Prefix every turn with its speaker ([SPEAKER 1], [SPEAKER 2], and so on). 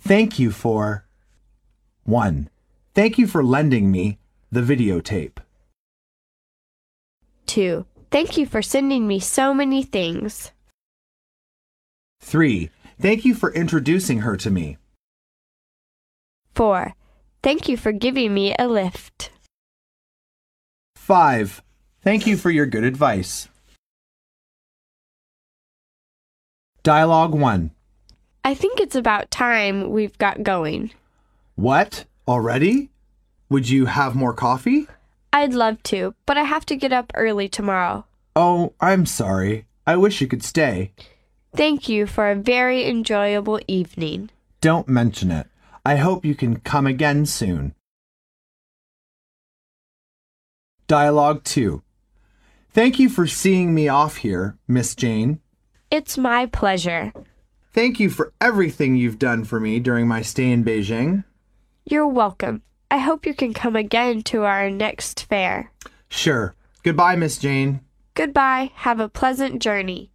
[SPEAKER 1] Thank you for 1. Thank you for lending me the videotape.
[SPEAKER 2] 2. Thank you for sending me so many things.
[SPEAKER 1] 3. Thank you for introducing her to me.
[SPEAKER 2] 4. Thank you for giving me a lift.
[SPEAKER 1] 5. Thank you for your good advice. Dialogue 1.
[SPEAKER 2] I think it's about time we've got going.
[SPEAKER 1] What? Already? Would you have more coffee?
[SPEAKER 2] I'd love to, but I have to get up early tomorrow.
[SPEAKER 1] Oh, I'm sorry. I wish you could stay.
[SPEAKER 2] Thank you for a very enjoyable evening.
[SPEAKER 1] Don't mention it. I hope you can come again soon. Dialogue 2. Thank you for seeing me off here, Miss Jane.
[SPEAKER 2] It's my pleasure.
[SPEAKER 1] Thank you for everything you've done for me during my stay in Beijing.
[SPEAKER 2] You're welcome. I hope you can come again to our next fair.
[SPEAKER 1] Sure. Goodbye, Miss Jane.
[SPEAKER 2] Goodbye. Have a pleasant journey.